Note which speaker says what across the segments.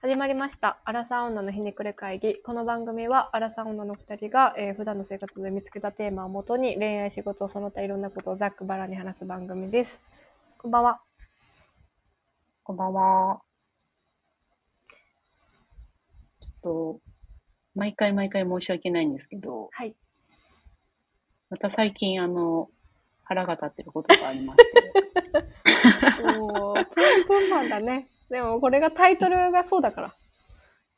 Speaker 1: 始まりました。アラサー女のひねくれ会議。この番組は、アラサー女の二人が、えー普段の生活で見つけたテーマをもとに、恋愛、仕事、その他いろんなことをざっくばらに話す番組です。こんばんは。
Speaker 2: こんばんは。ちょっと、毎回毎回申し訳ないんですけど、
Speaker 1: はい。
Speaker 2: また最近、あの、腹が立ってることがありまして、
Speaker 1: おー、プンプンマンだね。でも、これがタイトルがそうだから。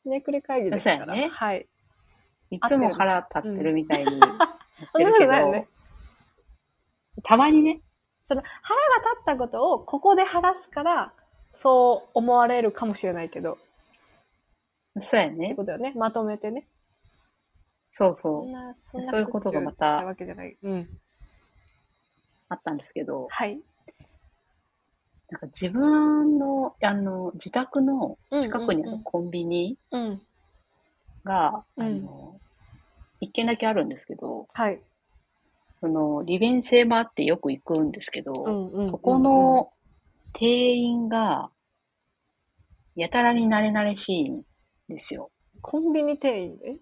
Speaker 1: ひねくれ会議ですか
Speaker 2: そう
Speaker 1: ら。
Speaker 2: だよね
Speaker 1: はい。
Speaker 2: いつも腹立ってるみたいになって
Speaker 1: そんなこ
Speaker 2: る
Speaker 1: と
Speaker 2: け
Speaker 1: ないよ
Speaker 2: ど、
Speaker 1: ね。
Speaker 2: たまにね、
Speaker 1: その、腹が立ったことを、ここで話すから、そう思われるかもしれないけど、っ
Speaker 2: そうや
Speaker 1: て
Speaker 2: ね、
Speaker 1: ことだよね。まとめてね。
Speaker 2: そう
Speaker 1: そ
Speaker 2: そ
Speaker 1: ん
Speaker 2: う、
Speaker 1: な、そんな
Speaker 2: そういうことがまた
Speaker 1: しょっちゅうってわけじゃない。うん。
Speaker 2: あったんですけど、
Speaker 1: はい。
Speaker 2: なんか自分の、あの、自宅の近くにあ
Speaker 1: うんうんう
Speaker 2: る
Speaker 1: ん
Speaker 2: コンビニ
Speaker 1: うん。
Speaker 2: が、
Speaker 1: うん
Speaker 2: あの、一軒だけあるんですけど、
Speaker 1: はい。
Speaker 2: その、利便性もあってよく行くんですけど、
Speaker 1: うんうん
Speaker 2: そこの店員が、やたらに慣れ慣れしいんですよ。
Speaker 1: コンビニ店員で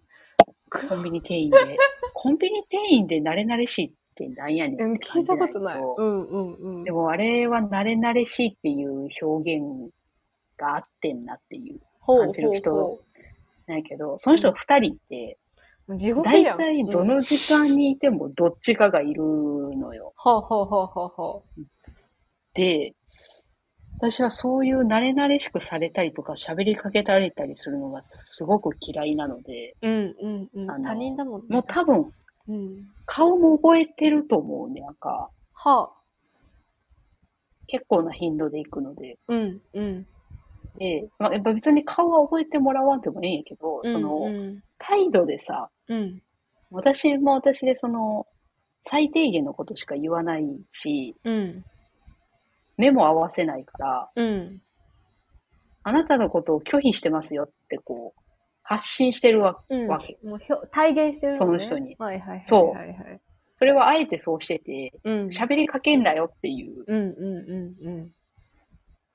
Speaker 2: コンビニ店員 で。コンビニ店員で慣れ慣れしいってなんやね
Speaker 1: うんん、
Speaker 2: って感
Speaker 1: 聞い
Speaker 2: じ
Speaker 1: たこ
Speaker 2: なんやけ
Speaker 1: と
Speaker 2: ど
Speaker 1: ない。うんうんうん。
Speaker 2: でもあれは慣れ慣れしいっていう表現があってんなっていう。
Speaker 1: ほう
Speaker 2: 感じる人
Speaker 1: ほ
Speaker 2: なんやけど、その人二人って、
Speaker 1: うほう地獄
Speaker 2: 大
Speaker 1: じゃん。
Speaker 2: 体ど
Speaker 1: うん
Speaker 2: の時間にいてもどっちかがいるのよ。
Speaker 1: ほうほうほうほうほ
Speaker 2: で、私はそういう慣れ慣れしくされたりとか喋りかけられたりするのがすごく嫌いなので、
Speaker 1: う。うんうんうん。
Speaker 2: あの
Speaker 1: 他人だもんね。
Speaker 2: もう多分
Speaker 1: うん。
Speaker 2: 顔も覚えてると思うね。なんか、
Speaker 1: はあ。
Speaker 2: 結構な頻度で行くので。
Speaker 1: うんうん。
Speaker 2: で、まあ、やっぱ別に顔は覚えてもらわんでもいいんやけど、そ
Speaker 1: うん
Speaker 2: の、
Speaker 1: うん
Speaker 2: 態度でさ、
Speaker 1: うん。
Speaker 2: 私も私でその、最低限のことしか言わないし、
Speaker 1: うん。
Speaker 2: 目も合わせないから、
Speaker 1: うん。
Speaker 2: あなたのことを拒否してますよってこう、発信してるわ
Speaker 1: うん。
Speaker 2: わけ
Speaker 1: もうひょ体現してるね
Speaker 2: その人に
Speaker 1: はいはいはいはいはい。
Speaker 2: そう
Speaker 1: はい。
Speaker 2: それはあえてそうしてて、
Speaker 1: うん。
Speaker 2: 喋りかけんなよっていう
Speaker 1: うんうんうん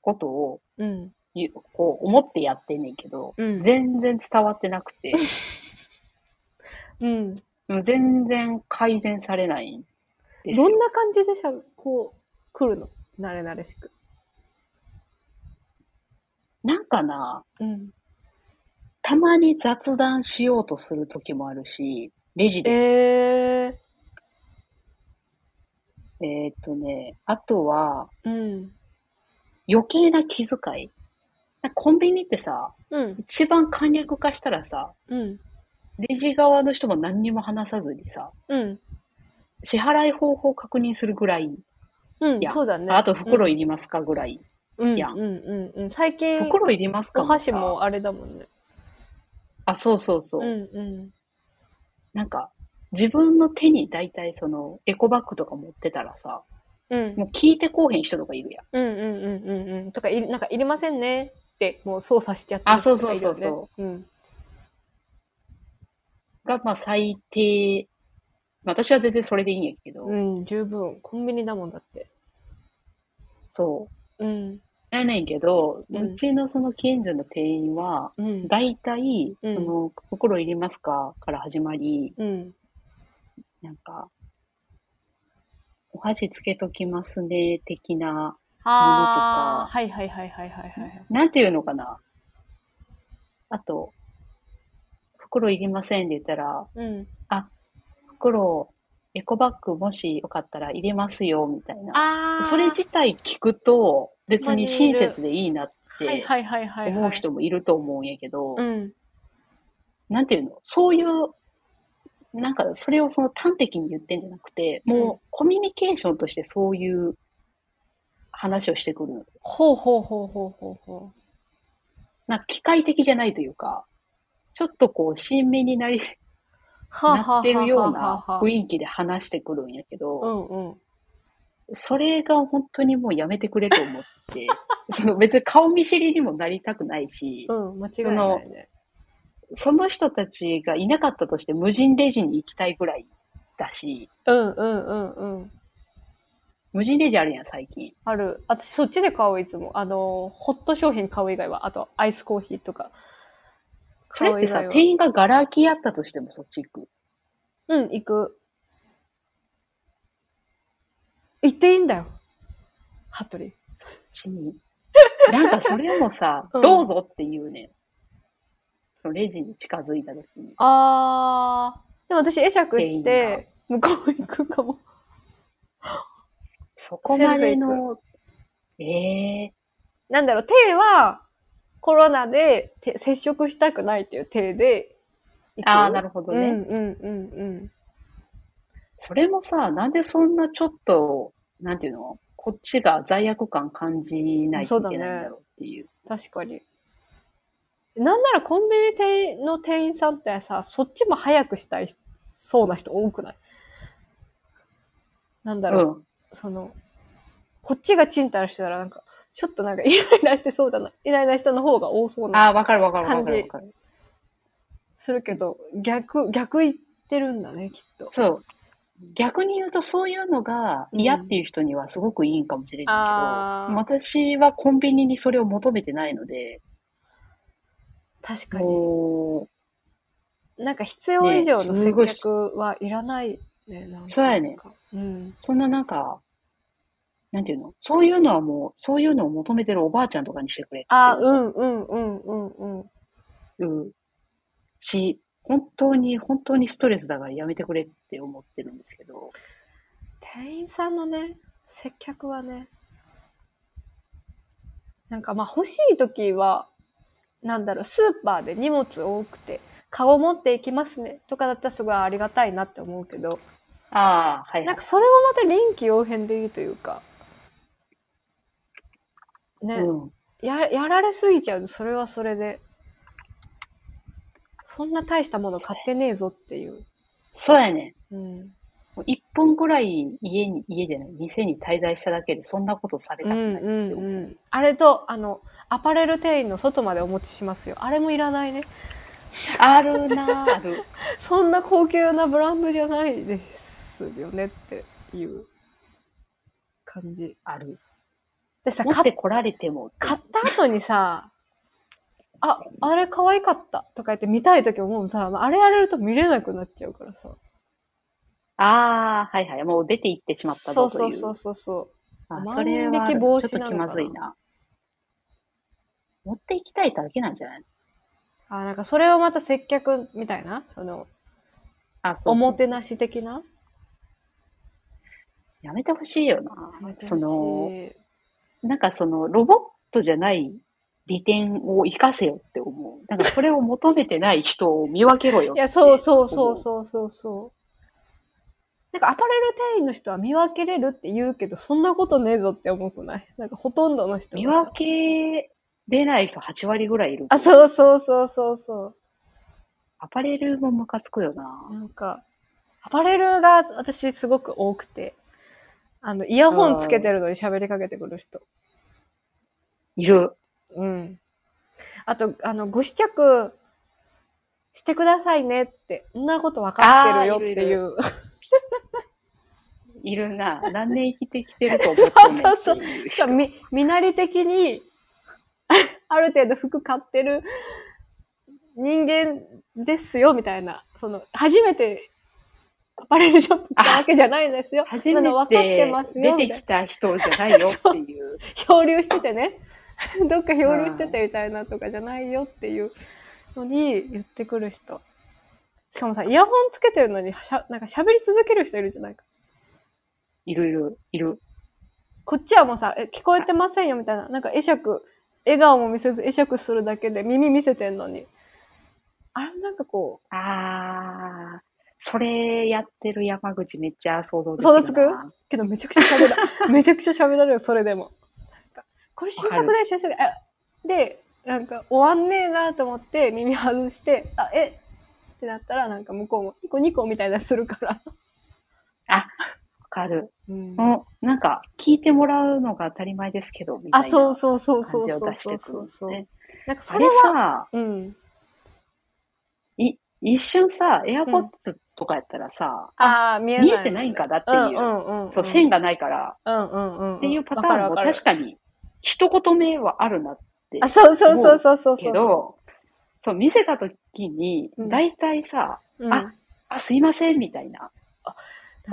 Speaker 2: ことを、
Speaker 1: うん。うん。
Speaker 2: ゆこう思ってやってんねんけど、
Speaker 1: うん
Speaker 2: 全然伝わってなく て、
Speaker 1: うん。
Speaker 2: もう全然改善されないんです
Speaker 1: どん
Speaker 2: よ。
Speaker 1: な感じでしゃ、こう、来るの慣れ慣れしく。
Speaker 2: なんかな、
Speaker 1: うん。
Speaker 2: たまに雑談しようとする時もあるし、レジで。
Speaker 1: ええ
Speaker 2: えーっとね、あとは
Speaker 1: ー。うん。
Speaker 2: 余計な気遣い。なんかコンビニってさ、
Speaker 1: うん。
Speaker 2: 一番簡略化したらさ、
Speaker 1: うん。
Speaker 2: レジ側の人も何にも話さずにさ、
Speaker 1: うん。
Speaker 2: 支払い方法確認するぐらい、
Speaker 1: うん
Speaker 2: い。や
Speaker 1: そうだね。
Speaker 2: あと袋
Speaker 1: い
Speaker 2: いりますかぐらい。
Speaker 1: うん
Speaker 2: やん
Speaker 1: うんうんうん。最近、
Speaker 2: 袋いりますか
Speaker 1: お箸
Speaker 2: さ
Speaker 1: もあれだもんね。
Speaker 2: あ、そうそうそうう。
Speaker 1: んうん。
Speaker 2: なんか、自分の手に大体その、エコバッグとか持ってたらさ、
Speaker 1: うん
Speaker 2: もう聞いてこうへん人とかいるやん。
Speaker 1: うんうんうんうんうん。とか、いなんか、いりませんねって、もう操作しちゃってる
Speaker 2: あそ
Speaker 1: 人
Speaker 2: う
Speaker 1: と
Speaker 2: そ
Speaker 1: か
Speaker 2: う
Speaker 1: いるよ
Speaker 2: そう
Speaker 1: ね。
Speaker 2: そ
Speaker 1: うん。
Speaker 2: が、まあ最低、まあ私は全然それでいいんやけど、
Speaker 1: うん、十分。コンビニだもんだって。
Speaker 2: そう。
Speaker 1: うん。
Speaker 2: やねんけど、
Speaker 1: うん
Speaker 2: うちのその近所の店員は、
Speaker 1: うん。
Speaker 2: 大体、
Speaker 1: うん
Speaker 2: その、袋いりますかから始まり、
Speaker 1: うん。
Speaker 2: なんか、お箸つけときますね、的な、
Speaker 1: ああ、はいはいはいはいはいはい。
Speaker 2: なんていうのかな。あと、袋いりませんって言ったら、
Speaker 1: うん。
Speaker 2: 袋、エコバッグもしよかったら入れますよ、みたいな。
Speaker 1: ああ。
Speaker 2: それ自体聞くと、別に親切でいいなっ
Speaker 1: はい
Speaker 2: て
Speaker 1: はいはいはいはい。
Speaker 2: 思う人もいると思うんやけど
Speaker 1: う、ん。
Speaker 2: なんていうのそういう、なんかそれをその端的に言ってんじゃなくて、もうコミュニケーションとしてそういう話をしてくるの。
Speaker 1: ほうほうほうほうほうほ
Speaker 2: なんか機械的じゃないというか、ちょっとこう、親身になり、
Speaker 1: う。は
Speaker 2: なってるよう
Speaker 1: は
Speaker 2: な
Speaker 1: はは
Speaker 2: 雰囲気で話してくるんやけ
Speaker 1: うん
Speaker 2: ど、
Speaker 1: うん。
Speaker 2: それが本当にもうやめてくれと 思って、その別に顔見知りにもなりたくないし、
Speaker 1: うん、間違いないね。
Speaker 2: その人たちがいなかったとして無人レジに行きたいぐらいだし、
Speaker 1: うんうんうんうん。
Speaker 2: 無人レジあるやん、最近。
Speaker 1: ある。私、そっちで買う、いつも。あの、ホット商品買う以外は。あと、アイスコーヒーとか。
Speaker 2: それって
Speaker 1: 買
Speaker 2: さ
Speaker 1: う以、外は
Speaker 2: 店員がガラ空きやったとしてもそっち行く。
Speaker 1: うん、行く。行っていいんだよ。ハットリ。
Speaker 2: しに。なんかそれもさ、
Speaker 1: うん
Speaker 2: どうぞっていうね。そのレジに近づいた時に。
Speaker 1: あー。でも私、会釈し
Speaker 2: 店
Speaker 1: て、向こう行くかも。
Speaker 2: そこまでの、ええ
Speaker 1: なんだろう、手は、コロナで手接触したくないっていう手で行く。
Speaker 2: ああ、なるほどね、
Speaker 1: うんうんうんうん。
Speaker 2: それもさ、なんでそんなちょっと、なんていうのこっちが罪悪感感じないといけないんだろうっていう。
Speaker 1: 確かに。なんならコンビニ店員の店員さんってさ、そっちも早くしたいそうな人多くないなんだ
Speaker 2: う
Speaker 1: ろう、
Speaker 2: ん。
Speaker 1: その、こっちがチンタラしてたらなんか、ちょっとなんかイライラしてそうじゃない、イライラ人の方が多そう
Speaker 2: あ
Speaker 1: な、
Speaker 2: あ、わかるわかるわかる
Speaker 1: 感じ
Speaker 2: わかる。
Speaker 1: するけど、逆、逆言ってるんだね、きっと。
Speaker 2: そう。逆に言うと、そういうのが嫌っていう人にはすごくいいんかもしれ
Speaker 1: あ
Speaker 2: ないけ
Speaker 1: ー
Speaker 2: ど、私はコンビニにそれを求めてないので、
Speaker 1: 確かに。
Speaker 2: も
Speaker 1: なんか必要以上の
Speaker 2: ねす
Speaker 1: 接
Speaker 2: ごい
Speaker 1: 客はいらないね、なんか
Speaker 2: そうやね。
Speaker 1: うん
Speaker 2: う、。そんななんか、なんていうのそういうのはもう、そういうのを求めてるおばあちゃんとかにしてくれって
Speaker 1: あー、うんうんうんうんうん。
Speaker 2: うん。し、本当に、本当にストレスだからやめてくれって思ってるんですけど、
Speaker 1: 店員さんのね接客はねなんかまあ欲しい時はなんだろうスーパーで荷物多くて「カゴ持っていきますね」とかだったらすごいありがたいなって思うけど
Speaker 2: ああ、はい、
Speaker 1: なんかそれもまた臨機応変でいいというかね、
Speaker 2: うん。
Speaker 1: ややられすぎちゃうとそれはそれでそんな大したもの買ってねえぞっていう、
Speaker 2: そうやね。
Speaker 1: うん、
Speaker 2: もう1本くらい家に、家じゃない、店に滞在しただけでそんなことされ
Speaker 1: う
Speaker 2: たくない
Speaker 1: ん
Speaker 2: って
Speaker 1: う
Speaker 2: 思う。
Speaker 1: んうんあれとあのアパレル店員の外までお持ちしますよあれもいらないね
Speaker 2: あるなあ、あ る。
Speaker 1: そんな高級なブランドじゃないですよねっていう感じ
Speaker 2: ある。
Speaker 1: でさ
Speaker 2: 持っ
Speaker 1: 買
Speaker 2: て
Speaker 1: っ
Speaker 2: こられても。
Speaker 1: 買った後にさああれ可愛かったとか言って見たい時思うさあれやれると見れなくなっちゃうからさ
Speaker 2: ああ、はいはい。もう出て行ってしまった
Speaker 1: そ
Speaker 2: ぞ
Speaker 1: う
Speaker 2: と
Speaker 1: そ
Speaker 2: いうう。
Speaker 1: そうそうそう
Speaker 2: あ
Speaker 1: 万
Speaker 2: それはある
Speaker 1: 引き
Speaker 2: な
Speaker 1: 防
Speaker 2: ちょ
Speaker 1: 止
Speaker 2: っと
Speaker 1: なの
Speaker 2: 気
Speaker 1: かな
Speaker 2: まずいな。持って行きたいだけなんじゃない
Speaker 1: あなんかそれをまた接客みたいなその
Speaker 2: あ、そうそう
Speaker 1: おもてなし的な
Speaker 2: やめてほしいよな。その、
Speaker 1: 私
Speaker 2: なんかそのロボットじゃない利点を生かせよって思う。なんかそれを求めてない人を見分けろよ
Speaker 1: い
Speaker 2: って。
Speaker 1: や、そうそうそうそうそうそう。なんかアパレル店員の人は見分けれるって言うけど、そんなことねえぞって思くないなんかほとんどの人
Speaker 2: 見
Speaker 1: がさ
Speaker 2: 分けれない人8割ぐらいいる。
Speaker 1: あ、そうそうそうそうそ
Speaker 2: アパレルもムカつくよな。
Speaker 1: う。なんか、アパレルが私すごく多くて、あの、イヤホンつけてるのに喋りかけてくる人。
Speaker 2: いる。
Speaker 1: うん。あと、あの、ご試着してくださいねって、そんなこと分かってるよって
Speaker 2: あーいるい
Speaker 1: いう。
Speaker 2: いるな。何年生きてきてると思って
Speaker 1: そうそう
Speaker 2: そう。
Speaker 1: しかもみ、身なり的に、 ある程度服買ってる人間ですよ、みたいな。その、初めてアパレルショップ行ったわけじゃないですよ。
Speaker 2: 初
Speaker 1: そんなの
Speaker 2: め
Speaker 1: 分かって
Speaker 2: て
Speaker 1: ますよ
Speaker 2: 出てきた人じゃないよっていう。
Speaker 1: 漂流しててね。 どっか漂流しててみたいなとかじゃないよっていうのに言ってくる人。しかもさ、イヤホンつけてるのにしゃ、なんか喋り続ける人いるじゃないか。
Speaker 2: いるいる、いる。
Speaker 1: こっちはもうさ、え聞こえてませんよみたいな。なんか会釈、笑顔も見せず会釈するだけで耳見せてんのに。あれなんかこ
Speaker 2: あー。それやってる山口めっちゃ想像できる
Speaker 1: 想
Speaker 2: な。
Speaker 1: 像つくう、けどめちゃくちゃ喋る。 めちゃくちゃ喋られる、それでも。なんかこれ新作だよ、新作。あで、なんか終わんねえなと思って耳外して、あ、えってなったらなんか向こうもニコニコみたいなするから。
Speaker 2: わかる。
Speaker 1: うん
Speaker 2: もう、なんか、聞いてもらうのが当たり前ですけど、み
Speaker 1: あ、
Speaker 2: たいな
Speaker 1: そう
Speaker 2: 感
Speaker 1: そうそうそう
Speaker 2: じ
Speaker 1: そ
Speaker 2: を
Speaker 1: う
Speaker 2: 出し
Speaker 1: そ
Speaker 2: て
Speaker 1: う
Speaker 2: くる
Speaker 1: そ
Speaker 2: ん
Speaker 1: う
Speaker 2: ですね。
Speaker 1: なんか
Speaker 2: そ
Speaker 1: それ
Speaker 2: れ
Speaker 1: は、
Speaker 2: さ、
Speaker 1: うん。
Speaker 2: い、一瞬さ、エアポッツとかやったらさ、
Speaker 1: ああ、見えない。
Speaker 2: 見えてないんかだって
Speaker 1: う
Speaker 2: い
Speaker 1: ん
Speaker 2: う、
Speaker 1: うんうんうん。
Speaker 2: そう、線がないから、
Speaker 1: うんうんうんうん。
Speaker 2: っていうパタ
Speaker 1: わかる
Speaker 2: ーン
Speaker 1: わ
Speaker 2: も
Speaker 1: かる
Speaker 2: 確かに、一言目はあるなって
Speaker 1: あ、そうそうそうそうそう
Speaker 2: け
Speaker 1: そう。
Speaker 2: ど、そう、見せたときに、
Speaker 1: うん
Speaker 2: 大体さ、
Speaker 1: うん、
Speaker 2: ああ、すいません、みたいな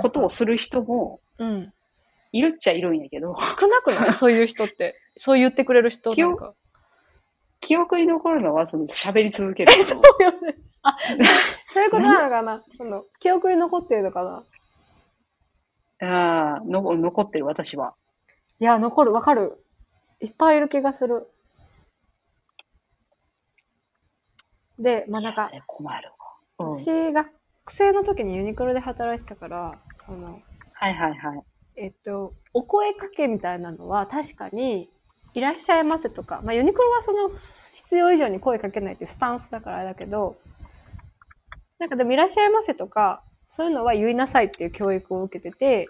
Speaker 2: ことをする人も、
Speaker 1: うん。
Speaker 2: いるっちゃいるんやけど、
Speaker 1: 少なくない そういう人って。そう言ってくれる人なんか。
Speaker 2: 記憶に残るのは、その、喋り続ける
Speaker 1: え、
Speaker 2: こ
Speaker 1: そ
Speaker 2: と。
Speaker 1: うよね。あ、そうそういうことなのかなその、記憶に残ってるのかな
Speaker 2: ああ、の残ってる、私は。
Speaker 1: いや、残る、わかる。いっぱいいる気がする。で、まあなんか
Speaker 2: あ、れ困るわ。うん。はい
Speaker 1: 私、学生の時にユニクロで働いてたから、その、
Speaker 2: はいはい。
Speaker 1: えっと、お声かけみたいなのは確かに、いらっしゃいませとか、まあユニクロはその必要以上に声かけないっていうスタンスだからあれだけど、なんかでもいらっしゃいませとか、そういうのは言いなさいっていう教育を受けてて、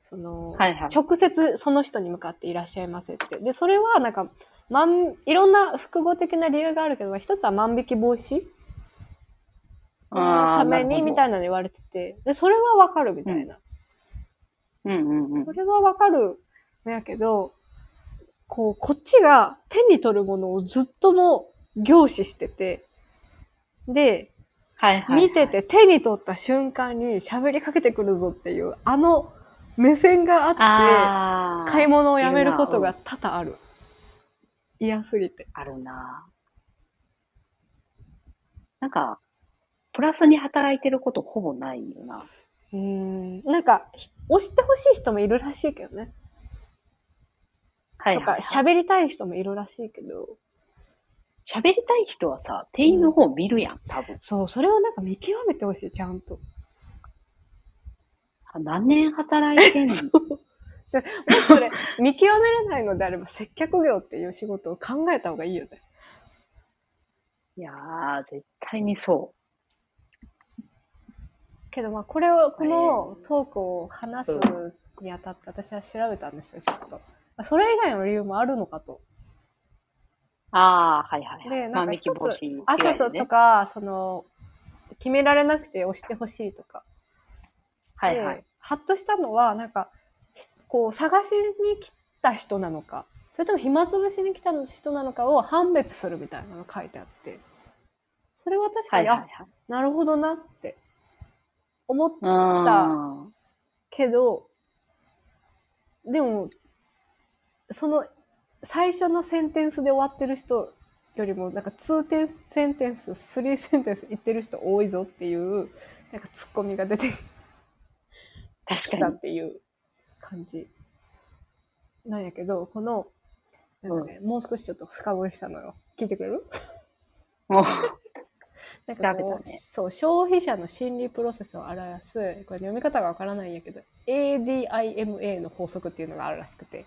Speaker 1: その、
Speaker 2: はいはい。
Speaker 1: 直接その人に向かっていらっしゃいませって。で、それはなんか、まん、いろんな複合的な理由があるけど、一つは万引き防止の
Speaker 2: あ
Speaker 1: た
Speaker 2: あ、
Speaker 1: めにみ
Speaker 2: い
Speaker 1: たいなの言われてて、で、それはわかるみたいな。
Speaker 2: なるほど。うんうんうん
Speaker 1: そ。れはわかるのやけど、こう、こっちが手に取るものをずっともう凝視してて、で、
Speaker 2: はいはい。
Speaker 1: 見て。て手に取った瞬間に喋りかけてくるぞっていう、あの目線があって、
Speaker 2: ああ。
Speaker 1: 買い物をやめること
Speaker 2: い
Speaker 1: が多々ある。嫌すぎて。
Speaker 2: あるななんか、プラスに働いてることほぼないよな。
Speaker 1: うーん。なんか、ひ押してほしい人もいるらしいけどね。
Speaker 2: はい
Speaker 1: とか
Speaker 2: は、い、はい。
Speaker 1: 喋りたい人もいるらしいけど。
Speaker 2: 喋りたい人はさ、店員の方見るやん、多分。
Speaker 1: そう、それをなんか見極めてほしい、ちゃんと。
Speaker 2: あ何年働いてん の
Speaker 1: そう。そもし それ、見極めれないのであれば、接客業っていう仕事を考えた方がいいよね。
Speaker 2: いやー、絶対にそ
Speaker 1: けど、まあ、これを、このトークを話すにあたって、私は調べたんですよ、ちょっと。あそれ以外の理由もあるのかと。
Speaker 2: う。あー、はいはいはい。
Speaker 1: でなんか一つ
Speaker 2: 万引き防止以外でね
Speaker 1: あ、そうそう、とか、その、決められなくて押してほしいとか。
Speaker 2: はいはい。
Speaker 1: でハッとしたのはなんかしこう探しに来た人なのかそれとも暇つぶしに来た人なのかを判別するみたいなの書いてあってそれは確か
Speaker 2: はい
Speaker 1: に、
Speaker 2: はいはい。
Speaker 1: あなるほどなって思っ
Speaker 2: うーん。
Speaker 1: けどでもその最初のセンテンスで終わってる人よりもなんか2テンセンテンス3センテンス言ってる人多いぞっていうなんかツッコミが出て
Speaker 2: 確
Speaker 1: 来
Speaker 2: か
Speaker 1: た
Speaker 2: に
Speaker 1: っ。ていう感じなんやけど、この、なんかね、もう少しちょっと深掘りしたのよ。聞いてくれる
Speaker 2: も
Speaker 1: な
Speaker 2: う、
Speaker 1: んか
Speaker 2: 調
Speaker 1: こ
Speaker 2: べ
Speaker 1: う、
Speaker 2: たね
Speaker 1: そう、消費者の心理プロセスを表す、これ読み方がわからないんやけど、ADIMA の法則っていうのがあるらしくて、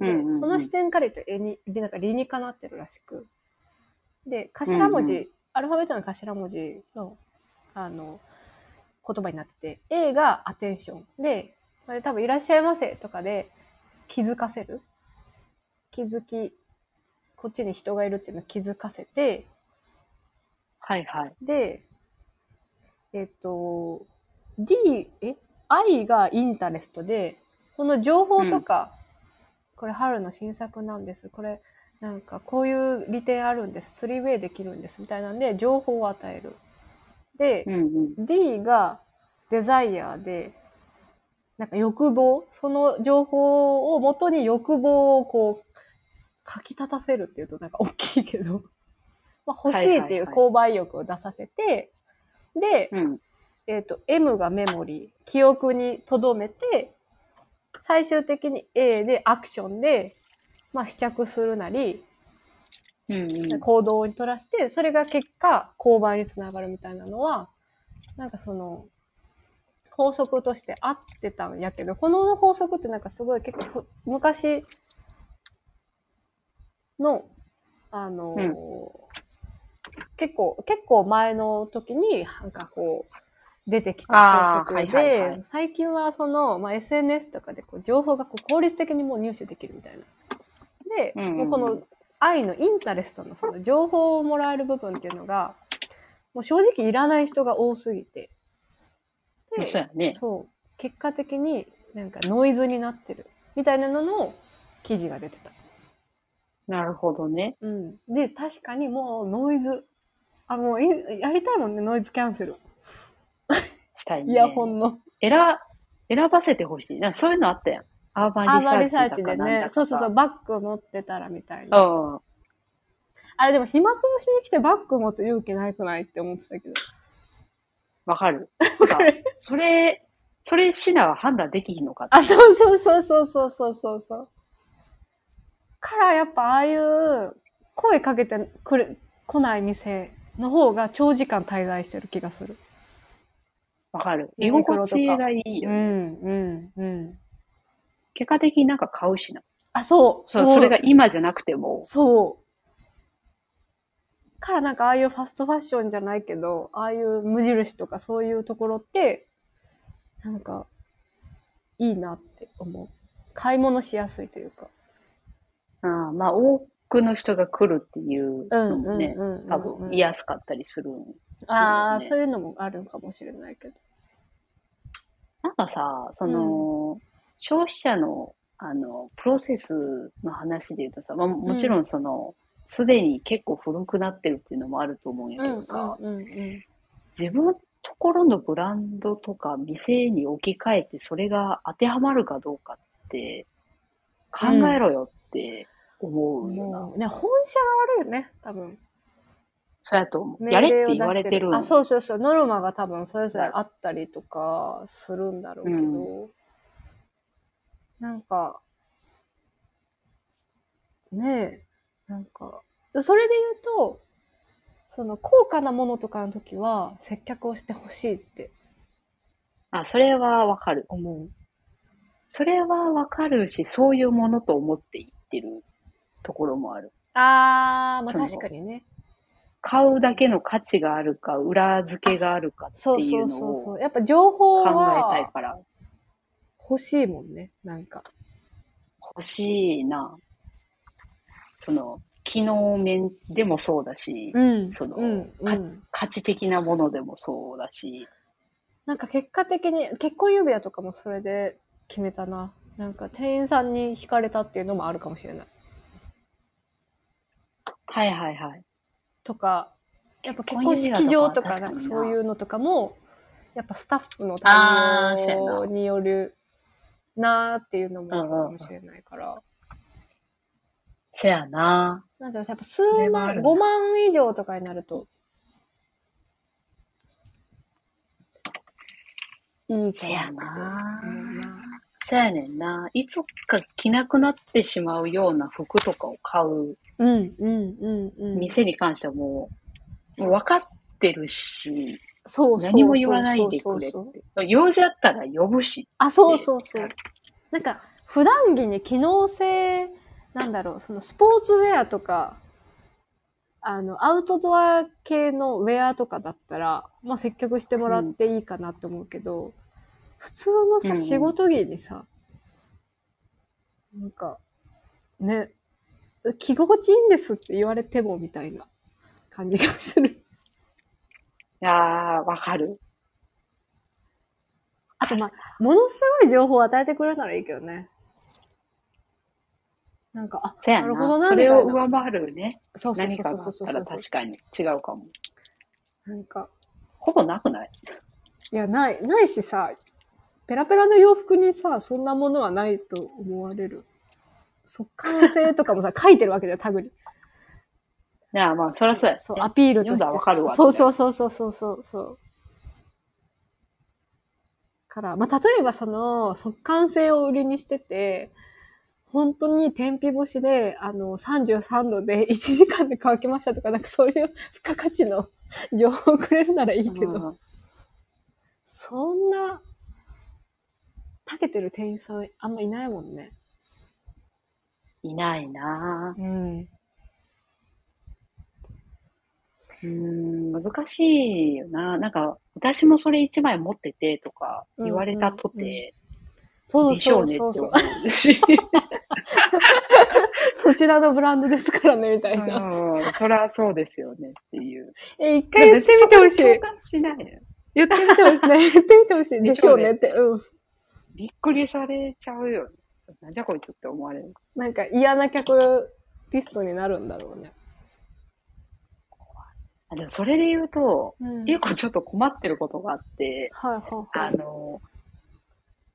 Speaker 2: う
Speaker 1: で
Speaker 2: んうんうん
Speaker 1: その視点から言うと絵に、でなんか理にかなってるらしく。で、頭文字、
Speaker 2: うん
Speaker 1: アルファベットの頭文字の、あの、言葉になってて、A がアテンション。で、これ多分いらっしゃいませとかで気づかせる。気づき、こっちに人がいるっていうのを気づかせて、
Speaker 2: はいはい。
Speaker 1: で、えっと、D、え ?I がインタレストで、その情報とか、これ春の新作なんです。これ、なんかこういう利点あるんです。3way できるんです。みたいなんで、情報を与える。で
Speaker 2: う、んうん。
Speaker 1: D がデザイアで、なんか欲望、その情報をもとに欲望をこう、かき立たせるっていうとなんか大きいけど、 まあ、欲しいっていう
Speaker 2: はいはいはい
Speaker 1: 購買意欲を出させて、で、
Speaker 2: うん。
Speaker 1: えっ、と、M がメモリー、記憶に留めて、最終的に A でアクションで、まあ、試着するなり、
Speaker 2: うんうん。
Speaker 1: 行動に取らせて、それが結果、購買につながるみたいなのは、なんかその、法則として合ってたんやけど、この法則ってなんかすごい結構ふ昔の、あのー
Speaker 2: うん
Speaker 1: 結構、結構前の時に、なんかこう、出てきた
Speaker 2: あー
Speaker 1: 法則で、
Speaker 2: はいはいはい
Speaker 1: 最近はその、まあ、SNS とかでこう情報がこう効率的にもう入手できるみたいな。で、
Speaker 2: うんうんうん
Speaker 1: もうこの愛のインタレストのその情報をもらえる部分っていうのが、ももう正直いらない人が多すぎて。
Speaker 2: まあそうやね。
Speaker 1: そう。結果的になんかノイズになってる。みたいなのの記事が出てた。
Speaker 2: なるほどね。
Speaker 1: うん。で、確かにもうノイズ。あ、もういやりたいもんね、ノイズキャンセル。
Speaker 2: したいね。
Speaker 1: イヤホンの。
Speaker 2: 選、選ばせてほしい。なんかそういうのあったやん。アーバ
Speaker 1: アーバ
Speaker 2: ン
Speaker 1: ン
Speaker 2: リ
Speaker 1: リ
Speaker 2: サ
Speaker 1: サ
Speaker 2: ー
Speaker 1: ー
Speaker 2: チ
Speaker 1: チ
Speaker 2: だか
Speaker 1: で
Speaker 2: なんだ
Speaker 1: ね。
Speaker 2: か
Speaker 1: そうそうそう、
Speaker 2: う。
Speaker 1: バッグ持ってたらみたいな。
Speaker 2: うん。
Speaker 1: あれでも暇つぶしに来てバッグ持つ勇気ないくないって思ってたけど。
Speaker 2: わかる。
Speaker 1: かる
Speaker 2: それ、それしなは判断できひんのかって
Speaker 1: あ、そうそうそうそうそうそうそうそう。からやっぱああいう声かけてくれ、来ない店の方が長時間滞在してる気がする。
Speaker 2: わかる。
Speaker 1: ユ
Speaker 2: 居
Speaker 1: ニクロ
Speaker 2: 心
Speaker 1: とか
Speaker 2: 地がいいよ。
Speaker 1: ん、うん、うん。
Speaker 2: 結果的になんか買うしな。
Speaker 1: あ、そう、
Speaker 2: そう、それが今じゃなくても。
Speaker 1: そう。からなんかああいうファストファッションじゃないけど、ああいう無印とかそういうところって、なんか、いいなって思う。買い物しやすいというか。
Speaker 2: ああまあ、多くの人が来るってい
Speaker 1: うん
Speaker 2: うのも
Speaker 1: うん
Speaker 2: ね、
Speaker 1: うんうん。
Speaker 2: 多分、居やすかったりする。
Speaker 1: ああ、
Speaker 2: ね
Speaker 1: そういうのもあるんかもしれないけど。
Speaker 2: なんかさ、その、消費者の、あの、プロセスの話で言うとさ、まあ、もちろんその、すでに結構古くなってるっていうのもあると思うんやけどさ、
Speaker 1: うんうん。
Speaker 2: 自分のところのブランドとか店に置き換えてそれが当てはまるかどうかって考えろよって思うよな。
Speaker 1: もうね、本社が悪いよね、多分。
Speaker 2: そうやと思う。
Speaker 1: 命
Speaker 2: やれっ
Speaker 1: 令を
Speaker 2: て
Speaker 1: 出
Speaker 2: 言われてる。
Speaker 1: あ、そうそうそう。ノルマが多分それぞれあったりとかするんだろうけど、なんか、ねえ、なんか、それで言うと、その高価なものとかの時は接客をしてほしいって
Speaker 2: あ、それはわかる。
Speaker 1: 思う。
Speaker 2: それはわかるし、そういうものと思っていってるところもある。
Speaker 1: あー、まあ
Speaker 2: その
Speaker 1: 確かにね。
Speaker 2: 買うだけの価値があるか、裏付けがあるかって
Speaker 1: そう
Speaker 2: い
Speaker 1: そうう
Speaker 2: の
Speaker 1: そう
Speaker 2: を
Speaker 1: そ
Speaker 2: 考
Speaker 1: う。やっぱ情報
Speaker 2: えたい
Speaker 1: は
Speaker 2: から、
Speaker 1: 欲しいもんね、なんか。
Speaker 2: 欲しいな。その、機能面でもそうだし、
Speaker 1: うん
Speaker 2: その
Speaker 1: うん、うん。
Speaker 2: 価値的なものでもそうだし、
Speaker 1: なんか結果的に、結婚指輪とかもそれで決めたな。なんか店員さんに惹かれたっていうのもあるかもしれない。
Speaker 2: はいはいはい。
Speaker 1: とか、やっぱ結
Speaker 2: 婚
Speaker 1: 婚
Speaker 2: 指輪
Speaker 1: 式場
Speaker 2: と
Speaker 1: と
Speaker 2: かは
Speaker 1: か、
Speaker 2: 確か
Speaker 1: なん
Speaker 2: にな
Speaker 1: かそういうのとかも、やっぱスタッフの対
Speaker 2: あーそうやな
Speaker 1: 応によるなーっていうのもあるかもしれないから。
Speaker 2: せやな。
Speaker 1: なんだろう、やっぱ数
Speaker 2: それはあ
Speaker 1: 万、
Speaker 2: るな
Speaker 1: 5万以上とかになると、いいか
Speaker 2: せ
Speaker 1: なっ
Speaker 2: や
Speaker 1: て
Speaker 2: な。
Speaker 1: 思うな。
Speaker 2: せやねんな。いつか着なくなってしまうような服とかを買う
Speaker 1: うん、うん、うん、うん。
Speaker 2: 店に関してはもう、もう分かってるし、
Speaker 1: そうそうそうそうそう。
Speaker 2: 何も言わないでくれって。用事あったら呼ぶし。
Speaker 1: あ、そうそうそう。なんか、普段着に機能性、なんだろう、そのスポーツウェアとか、あの、アウトドア系のウェアとかだったら、まあ、接客してもらっていいかなって思うけど、普通の
Speaker 2: うんう
Speaker 1: さ、
Speaker 2: ん
Speaker 1: 仕事着にさ、なんか、ね、着心地いいんですって言われてもみたいな感じがする。
Speaker 2: ああ、わかる。
Speaker 1: あとまあ、ものすごい情報を与えてくれるならいいけどね。なんか、あ、
Speaker 2: せや
Speaker 1: なるほど
Speaker 2: な。
Speaker 1: な
Speaker 2: それを
Speaker 1: みたいな
Speaker 2: 上回るね。
Speaker 1: そうそう
Speaker 2: 何か
Speaker 1: そう
Speaker 2: があ
Speaker 1: そう
Speaker 2: っ
Speaker 1: そう
Speaker 2: た
Speaker 1: そ
Speaker 2: ら
Speaker 1: う
Speaker 2: 確かに違うかも。
Speaker 1: なんか、
Speaker 2: ほぼなくない
Speaker 1: いや、ない、ないしさ、ペラペラの洋服にさ、そんなものはないと思われる。速乾性とかもさ、書いてるわけだよ、タグに。
Speaker 2: いや、まあ、そりゃそうや、ね。
Speaker 1: そう、アピールとして
Speaker 2: 読んだらわかるわ
Speaker 1: さ。そうそうそうそうそうそうそう。から、まあ、例えばその、速乾性を売りにしてて、本当に天日干しで、あの、33度で1時 間で乾きましたとか、なんかそういう付加価値の情報をくれるならいいけ
Speaker 2: うん
Speaker 1: ど、そんな、たけてる店員さんあんまいないもんね。
Speaker 2: いないなぁ
Speaker 1: うん。
Speaker 2: うーん、難しいよななんか、私もそれ一枚持っててとか言われたとて、
Speaker 1: そう
Speaker 2: でしょ
Speaker 1: そうう
Speaker 2: ねって
Speaker 1: そう
Speaker 2: 思
Speaker 1: そう。
Speaker 2: うし。
Speaker 1: そちらのブランドですからね、みたいな。
Speaker 2: うんそりゃそうですよねっていう。
Speaker 1: え、一回言ってみてほしい
Speaker 2: 別。にそこに共感しないよ
Speaker 1: 言ってみてほしい。 ね、言ってみてほしい。で
Speaker 2: で
Speaker 1: し
Speaker 2: し
Speaker 1: ょ
Speaker 2: ょ
Speaker 1: う
Speaker 2: う
Speaker 1: ね
Speaker 2: ね
Speaker 1: って。うん。
Speaker 2: びっくりされちゃうよね。なんじゃこいつって思われる。
Speaker 1: なんか嫌な客リストになるんだろうね。
Speaker 2: あでもそれで言うと、
Speaker 1: うんはい
Speaker 2: 結構ちょっと困ってることがあって、
Speaker 1: はいは
Speaker 2: あ
Speaker 1: い。
Speaker 2: の、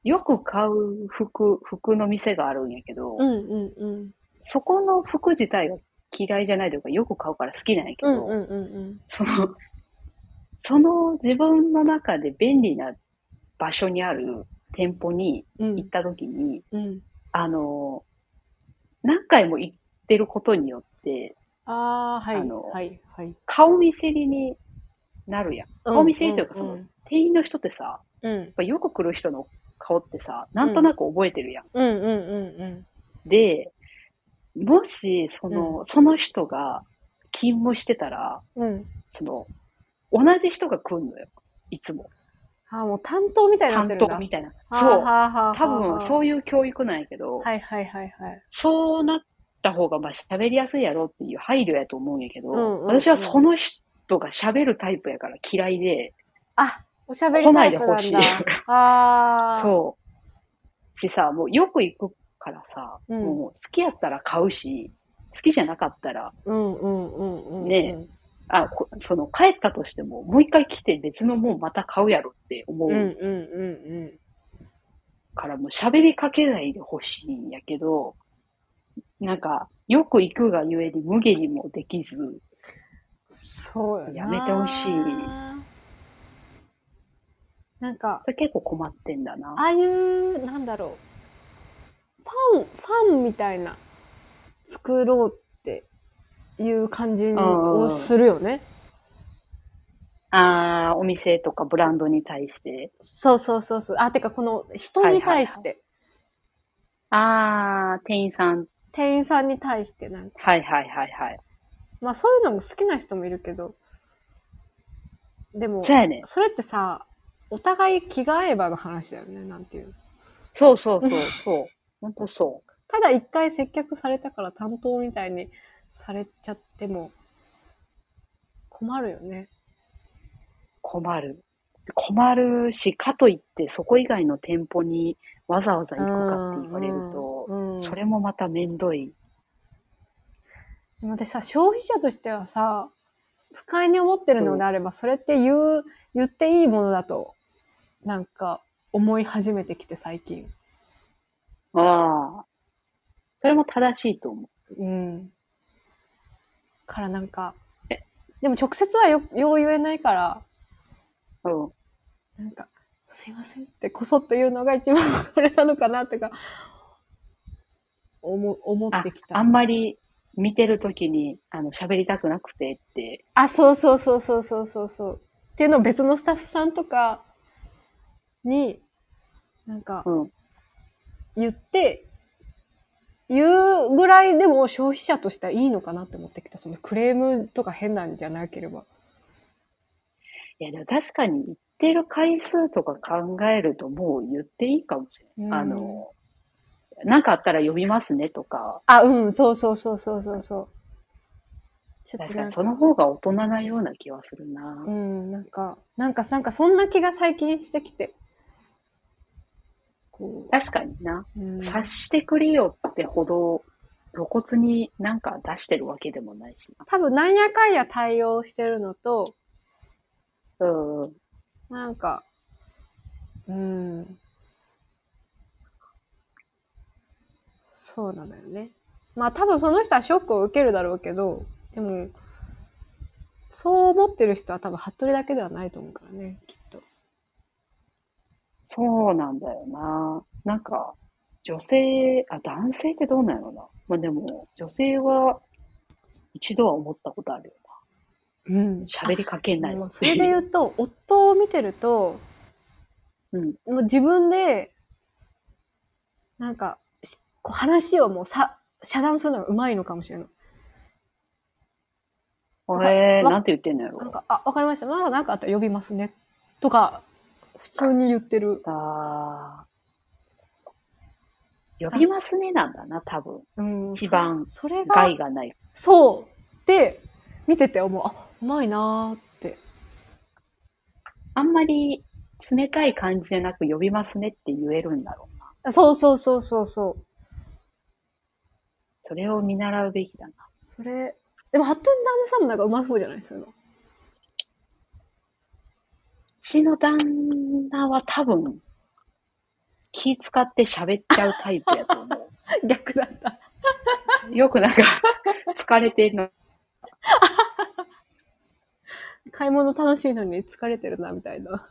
Speaker 2: よく買う服、服の店があるんやけど、
Speaker 1: うんうんうん。
Speaker 2: そこの服自体が嫌いじゃないというか、よく買うから好きなんやけ
Speaker 1: う
Speaker 2: ど、
Speaker 1: んうんうん
Speaker 2: その、その自分の中で便利な場所にある店舗に
Speaker 1: うん。うん
Speaker 2: 行った時に、
Speaker 1: うん。
Speaker 2: あの、何回も行ってることによって、
Speaker 1: ああ、はい。
Speaker 2: あの
Speaker 1: はいはい。
Speaker 2: 顔見知りになるやん。顔見知りというか、その
Speaker 1: ん、
Speaker 2: 店員の人ってさ、
Speaker 1: うん
Speaker 2: やっぱよく来る人の顔ってさ、なんとなく覚えてるやん。
Speaker 1: うんうんうん
Speaker 2: で、もし、その、その人が勤務してたら、
Speaker 1: うん。うん。
Speaker 2: その、同じ人が来るのよ。いつも。
Speaker 1: ああ、もう担当みたいになっ
Speaker 2: 担
Speaker 1: てるん
Speaker 2: 当
Speaker 1: だ。
Speaker 2: みたいな。
Speaker 1: はあ
Speaker 2: そう。
Speaker 1: はあはあ
Speaker 2: 多分、
Speaker 1: う。
Speaker 2: そういう教育なんやけど、
Speaker 1: はいはいはいはい。
Speaker 2: そうなった方が、まあ、喋りやすいやろっていう配慮やと思うんやけど、
Speaker 1: うんうんうん
Speaker 2: 私はその人が喋るタイプやから嫌いで、
Speaker 1: あ、おしゃべりタイプなんだ。
Speaker 2: 来ないでほしい
Speaker 1: ああ。
Speaker 2: そう。しさ、もうよく行くからさ、
Speaker 1: うん
Speaker 2: もう好きやったら買うし、好きじゃなかったら、
Speaker 1: う。うんうんうんうんうん。
Speaker 2: ねあ、こその帰ったとしても、もう一回来て別のもんまた買うやろって思
Speaker 1: うんうん
Speaker 2: う
Speaker 1: うんうん。
Speaker 2: から、もう喋りかけないでほしいんやけど、なんか、よく行くがゆえに無下にもできず、
Speaker 1: そうよな
Speaker 2: やめてほしい
Speaker 1: なんか
Speaker 2: そ、れ結構困ってんだな。
Speaker 1: ああいう、なんだろう。ファン、ファンみたいな、作ろうっていう感じをするよね。
Speaker 2: ああ、お店とかブランドに対して。
Speaker 1: そうそうそうそう。あ、てかこの人に対して、
Speaker 2: ああ、店員さん。
Speaker 1: 店員さんに対してなんか。
Speaker 2: はいはいはいはい。
Speaker 1: まあそういうのも好きな人もいるけど。でも、
Speaker 2: そうやね。
Speaker 1: それってさ、お互い気が合えばの話だよね、なんていうの。
Speaker 2: そうそうそう そう。ほんとそう。
Speaker 1: ただ一回接客されたから担当みたいにされちゃっても困るよね。
Speaker 2: 困る。困るし、かといって、そこ以外の店舗にわざわざ行くかって言われると、
Speaker 1: うんうん
Speaker 2: それもまためんどい。
Speaker 1: でも私さ、消費者としてはさ、不快に思ってるのであれば、それって言う、言っていいものだと、なんか思い始めてきて最近。
Speaker 2: ああ。それも正しいと思
Speaker 1: うん。からなんか
Speaker 2: え、
Speaker 1: でも直接はよ、よう言えないから、
Speaker 2: う。うん。
Speaker 1: なんか、すいませんってこそっと言うのが一番これなのかなとか、思、思っ
Speaker 2: あ
Speaker 1: てきた。
Speaker 2: あんまり見てるときに、あの、喋りたくなくてって、
Speaker 1: あ、そうそうそうそうそうそうそう。っていうのを別のスタッフさんとかに、なんか
Speaker 2: うん。
Speaker 1: 言って、言うぐらいでも消費者としてはいいのかなって思ってきた。そのクレームとか変なんじゃなければ。
Speaker 2: いや、でも確かに行ってる回数とか考えると、もう言っていいかもしれない。
Speaker 1: うん
Speaker 2: あの、なんかあったら呼びますねとか、
Speaker 1: あ、うん、そうそうそうそうそうそう。ちょっと
Speaker 2: 確か
Speaker 1: なん
Speaker 2: に
Speaker 1: か
Speaker 2: そ、の方が大人なような気はするな。
Speaker 1: うん、なんか、なんか、なんかそんな気が最近してきて。こ
Speaker 2: 確かにな。
Speaker 1: う、うん、
Speaker 2: 察してくれよってほど露骨になんか出してるわけでもないし
Speaker 1: 多分なんやかんや対応してるのと、
Speaker 2: な。うん。
Speaker 1: なんか、うん。そうなのよね。まあ多分その人はショックを受けるだろうけど、でも、そう思ってる人は多分服部だけではないと思うからね、きっと。
Speaker 2: そうなんだよな。なんか、女性、あ、男性ってどうなんやろな。まあでも、女性は一度は思ったことあるよ
Speaker 1: うん
Speaker 2: な。喋りかけない
Speaker 1: もう
Speaker 2: っ
Speaker 1: そ
Speaker 2: てい
Speaker 1: れ
Speaker 2: う。
Speaker 1: で言うと、夫を見てると、
Speaker 2: うん。
Speaker 1: もう自分で、なんか、しこう話をもうさ、遮断するのがうまいのかもしれない。わ
Speaker 2: えー、
Speaker 1: わ
Speaker 2: なんて言ってんのやろ
Speaker 1: なん。か、あ、わかりました。まだなんかあったら呼びますね。とか、普通に言ってる。
Speaker 2: あー呼びますねなんだな、多分。
Speaker 1: うん、
Speaker 2: 一番
Speaker 1: そそれが
Speaker 2: 害がない。
Speaker 1: そうで見てて思うあうまいなーって
Speaker 2: あんまり冷たい感じじゃなく呼びますねって言えるんだろうな。
Speaker 1: そうそうそうそうそう
Speaker 2: それを見習うべきだな。
Speaker 1: それでもハットン旦那さんもなんかうまそうじゃないそういうの
Speaker 2: うちの旦那は多分、気使って喋っちゃうタイプやと思
Speaker 1: 逆だった
Speaker 2: う。よくなんか、 疲れてるの。
Speaker 1: 買い物楽しいのに疲れてるなみたいな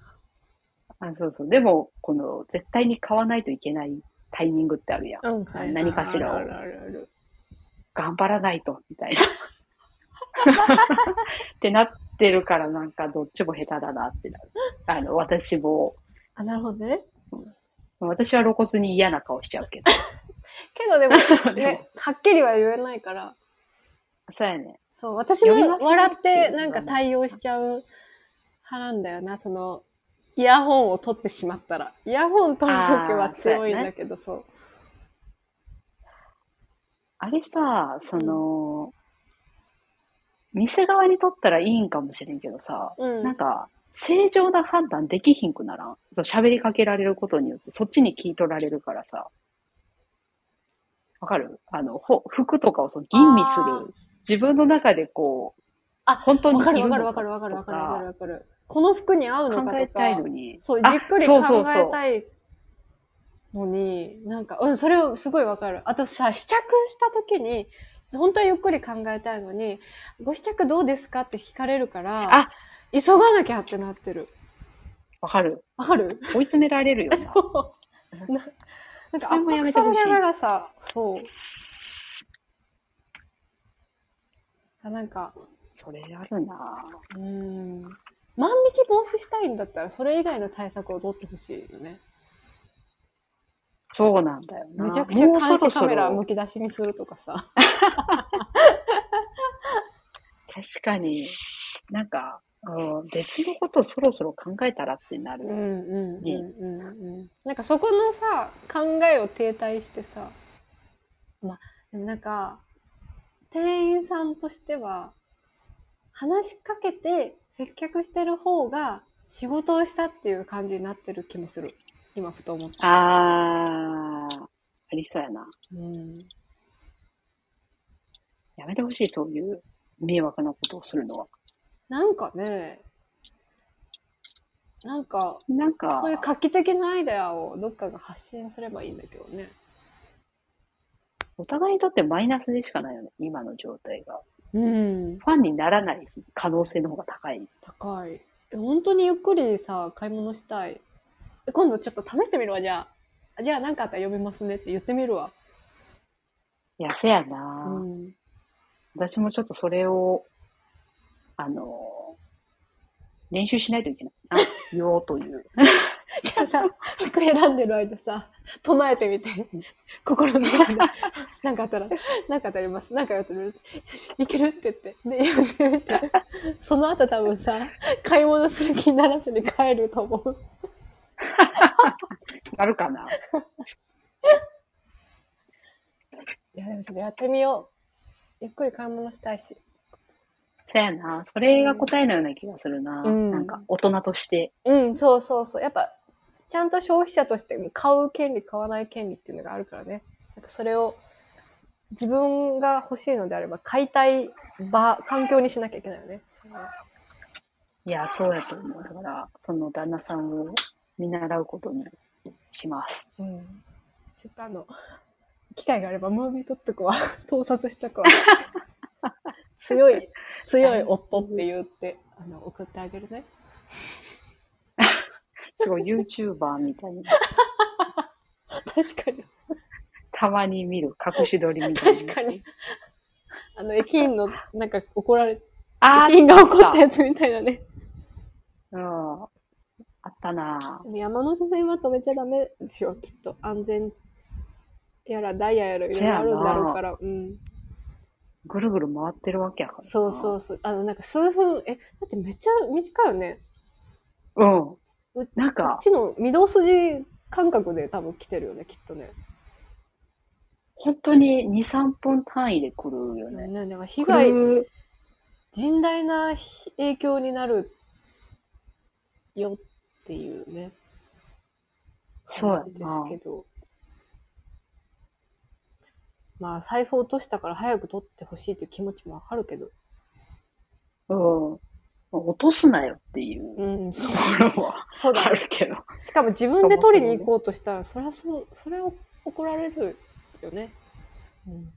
Speaker 2: あそうそう。でも、この、絶対に買わないといけないタイミングってあるやん。
Speaker 1: うん
Speaker 2: はい何かしらを
Speaker 1: あるあるある
Speaker 2: 頑張らないと、みたいな。 ってなってるから、なんか、どっちも下手だなってなる。あの、私も、
Speaker 1: あなるほどね
Speaker 2: 私は露骨に嫌な顔しちゃうけど。
Speaker 1: けどでも
Speaker 2: でも
Speaker 1: ねはっきりは言えないから
Speaker 2: そうやね。
Speaker 1: そう私
Speaker 2: 呼び
Speaker 1: も
Speaker 2: ますね
Speaker 1: 笑ってなんか対応しちゃう派なんだよなそのイヤホンを取ってしまったらイヤホン取るときは強いんだけどそう,、
Speaker 2: あれさ、その、店側にとったらいいんかもしれんけどさ、
Speaker 1: うん
Speaker 2: なんか、正常な判断できひんくならん。そう喋りかけられることによって、そっちに聞い取られるからさ。わかるあの、ほ服とかをその吟味す
Speaker 1: あー
Speaker 2: る。自分の中でこう、
Speaker 1: あ
Speaker 2: 本当に
Speaker 1: わかる
Speaker 2: い
Speaker 1: わ
Speaker 2: の
Speaker 1: かるわかるわかるわかるわかるわかる。この服に合う
Speaker 2: と
Speaker 1: の
Speaker 2: か
Speaker 1: か
Speaker 2: 考
Speaker 1: と
Speaker 2: えたいの
Speaker 1: か、
Speaker 2: に。
Speaker 1: そう、
Speaker 2: あ
Speaker 1: じっくり
Speaker 2: そう
Speaker 1: 考
Speaker 2: そうそう
Speaker 1: えたいのに、なんか、うん、それをすごいわかる。あとさ、試着した時に、本当はゆっくり考えたいのに、ご試着どうですかって聞かれるから、
Speaker 2: あ
Speaker 1: 急がなきゃってなってる。
Speaker 2: わかる。
Speaker 1: わか る
Speaker 2: 追い詰められるよ な。
Speaker 1: ななんか
Speaker 2: それ
Speaker 1: 圧
Speaker 2: も
Speaker 1: 迫
Speaker 2: やめて
Speaker 1: さ
Speaker 2: ほ
Speaker 1: れ
Speaker 2: しい
Speaker 1: ながらさ、そう。なんか、
Speaker 2: それあるなぁ
Speaker 1: うーん万引き防止したいんだったらそれ以外の対策を取ってほしいよね。
Speaker 2: そうなんだよな。
Speaker 1: めちゃくちゃ
Speaker 2: もう
Speaker 1: 監
Speaker 2: そ
Speaker 1: 視
Speaker 2: ろ
Speaker 1: カ
Speaker 2: そ
Speaker 1: メラ
Speaker 2: ろ
Speaker 1: むき出しにするとかさ。
Speaker 2: 確かに、なんか、うん別のことをそろそろ考えたらってなる。
Speaker 1: うんうんうんうんうん。なんかそこのさ考えを停滞してさまあでもなんか店員さんとしては話しかけて接客してる方が仕事をしたっていう感じになってる気もする今ふと思った。
Speaker 2: あー、ありそうやな。
Speaker 1: うん
Speaker 2: やめてほしい、そういう迷惑なことをするのは。
Speaker 1: なんかね、なんか、
Speaker 2: なんか、
Speaker 1: そういう画期的なアイデアをどっかが発信すればいいんだけどね。
Speaker 2: お互いにとってマイナスでしかないよね、今の状態が。
Speaker 1: うん。
Speaker 2: ファンにならない可能性の方が高い。
Speaker 1: 高い。え本当にゆっくりさ、買い物したい。え今度ちょっと試してみるわ、じゃあ。じゃあ何かあったら呼びますねって言ってみるわ。
Speaker 2: いや、せやな
Speaker 1: う
Speaker 2: ぁ、
Speaker 1: ん。
Speaker 2: 私もちょっとそれを、あのー練習しないといけないな。言おう という。
Speaker 1: じゃあさ、服選んでる間さ、唱えてみて。心の中で。 なんかあったら、なんかあったら呼びます。なんかやってみる。よし、いけるって言って。で、やってみて。その後多分さ、買い物する気にならずに帰ると思う。
Speaker 2: なるかない
Speaker 1: や、でもちょっとやってみよう。ゆっくり買い物したいし。
Speaker 2: そやな。それが答えのような気がするな。
Speaker 1: うん
Speaker 2: なんか、大人として。
Speaker 1: うん、そうそうそう。やっぱ、ちゃんと消費者としても買う権利、買わない権利っていうのがあるからね。なんかそれを、自分が欲しいのであれば、買いたい場、環境にしなきゃいけないよね。それはい
Speaker 2: や、そうやと思う。だから、その旦那さんを見習うことにします。
Speaker 1: うん。ちょっとあの、機会があれば、ムービー撮っとくわ。 盗撮しとくわ。強い、強い夫って言って、あの、送ってあげるね。
Speaker 2: すごい YouTuber みた いな。
Speaker 1: 確かに。
Speaker 2: たまに見る隠し撮りみたいな。
Speaker 1: 確かに。あの、駅員の、なんか怒られ、
Speaker 2: あ
Speaker 1: 駅員が怒った
Speaker 2: あ
Speaker 1: やつみたいなね。
Speaker 2: た。うん。あったな
Speaker 1: でも山手線は止めちゃダメですよ、きっと。安全やらダイヤやらいろいろあるんだろうから。うん。
Speaker 2: ぐるぐる回ってるわけやからな。
Speaker 1: そうそうそう。あの、なんか数分、え、だってめっちゃ短いよね。
Speaker 2: う。うん
Speaker 1: う。
Speaker 2: なん
Speaker 1: こ
Speaker 2: か
Speaker 1: っ、ちの御堂筋感覚で多分来てるよね、きっとね。
Speaker 2: 本当に2、3分単位で来るよね。
Speaker 1: ね、だから被害
Speaker 2: 来、る
Speaker 1: 甚大な影響になるよっていうね。
Speaker 2: そうや
Speaker 1: 感じで
Speaker 2: な
Speaker 1: す。けど。まあ、財布落としたから早く取ってほしいっていう気持ちもわかるけど。
Speaker 2: うん。落とすなよっていう
Speaker 1: うん、そう
Speaker 2: ところは
Speaker 1: そうだ
Speaker 2: あ。るけど。
Speaker 1: しかも自分で取りに行こうとしたら、それはそう、それを怒られるよね。うん。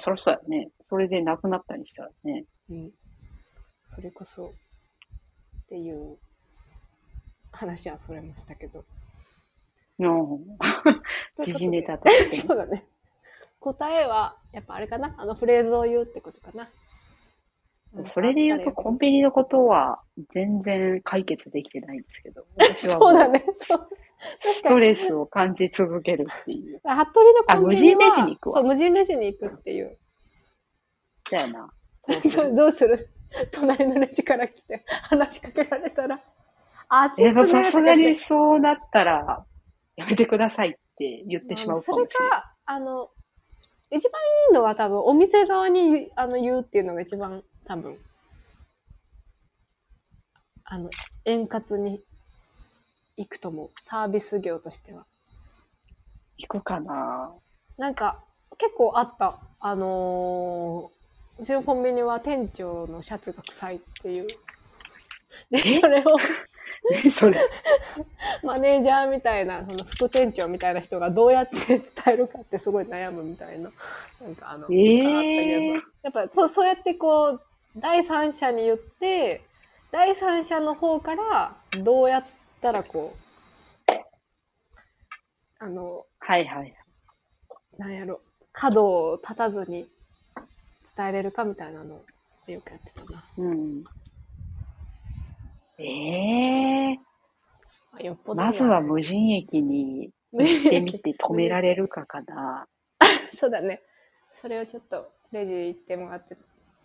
Speaker 2: そりゃそうやね。それで亡くなったりしたらね。
Speaker 1: うん。それこそ、っていう話はそれましたけど。
Speaker 2: うん。時事ネタと
Speaker 1: という
Speaker 2: し
Speaker 1: こ とで。
Speaker 2: て
Speaker 1: そうだね。答えは、やっぱあれかなあのフレーズを言うってことかな。
Speaker 2: ね。それで言うと、コンビ
Speaker 1: ニ
Speaker 2: ニのことは全然解決できてないんですけど、私は
Speaker 1: そうだ
Speaker 2: もう
Speaker 1: ね。そう。
Speaker 2: ストレスを感じ続けるっていう。
Speaker 1: 服部のコンビニは
Speaker 2: あ無人レジに行くわ
Speaker 1: そう、無人レジに行くっていう。
Speaker 2: だよな。
Speaker 1: そう どうする隣のレジから来て話しかけられたら。あっち
Speaker 2: でも
Speaker 1: 進
Speaker 2: さ
Speaker 1: め
Speaker 2: すがに
Speaker 1: とか
Speaker 2: そうなったら、やめてくださいって言
Speaker 1: 言
Speaker 2: って
Speaker 1: って
Speaker 2: しまうか
Speaker 1: そ
Speaker 2: も
Speaker 1: れ
Speaker 2: しれない。
Speaker 1: か、あの、一番いいのは多分、お店側に言うあの言うっていうのが一番多分、あの、円滑に行くと思う。サービス業としては。
Speaker 2: 行くかな
Speaker 1: なんか、結構あった。あのーうちのコンビニは店長のシャツが臭いっていう。で、それを
Speaker 2: ねそれ。
Speaker 1: マネージャーみたいな、その副店長みたいな人がどうやって伝えるかってすごい悩むみたいな。なんかあの、
Speaker 2: え
Speaker 1: があった
Speaker 2: え
Speaker 1: けどやっぱそう、そうやってこう、第三者に言って、第三者の方からどうやったらこう、あの、
Speaker 2: はいはい。
Speaker 1: なんやろ、角を立たずに伝えれるかみたいなのをよくやってたな。
Speaker 2: うん。ええ
Speaker 1: あよっぽどに
Speaker 2: まずは 無人駅に行ってみて止められるかかな。
Speaker 1: そうだね。それをちょっとレジ行ってもらって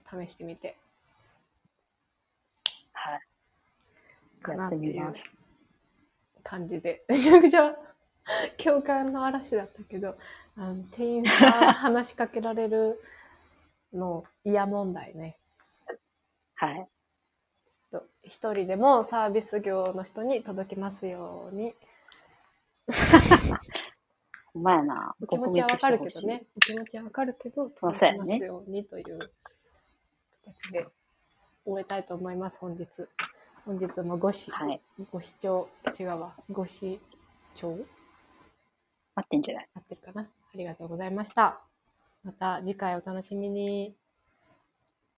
Speaker 1: 試してみて。
Speaker 2: はい。
Speaker 1: か
Speaker 2: や
Speaker 1: なっ
Speaker 2: っ
Speaker 1: て
Speaker 2: て
Speaker 1: い
Speaker 2: み
Speaker 1: う
Speaker 2: ます。
Speaker 1: 感じで。 めちゃくちゃ共感の嵐だったけど、あの店員さんから話しかけられるの嫌問題ね。
Speaker 2: はい。
Speaker 1: ちょっと一人でもサービス業の人に届きますように。
Speaker 2: ほんまやな。
Speaker 1: お気持ちはわかるけどね。お気持ちはわかるけど、
Speaker 2: まあ
Speaker 1: 届
Speaker 2: そ
Speaker 1: き
Speaker 2: うやね
Speaker 1: ますようにという形で終えたいと思います、本日。本日もご視、
Speaker 2: はい
Speaker 1: ご視聴、違うわ、ご視聴
Speaker 2: 待ってんじゃない
Speaker 1: 合ってるかなありがとうございました。また次回お楽しみに。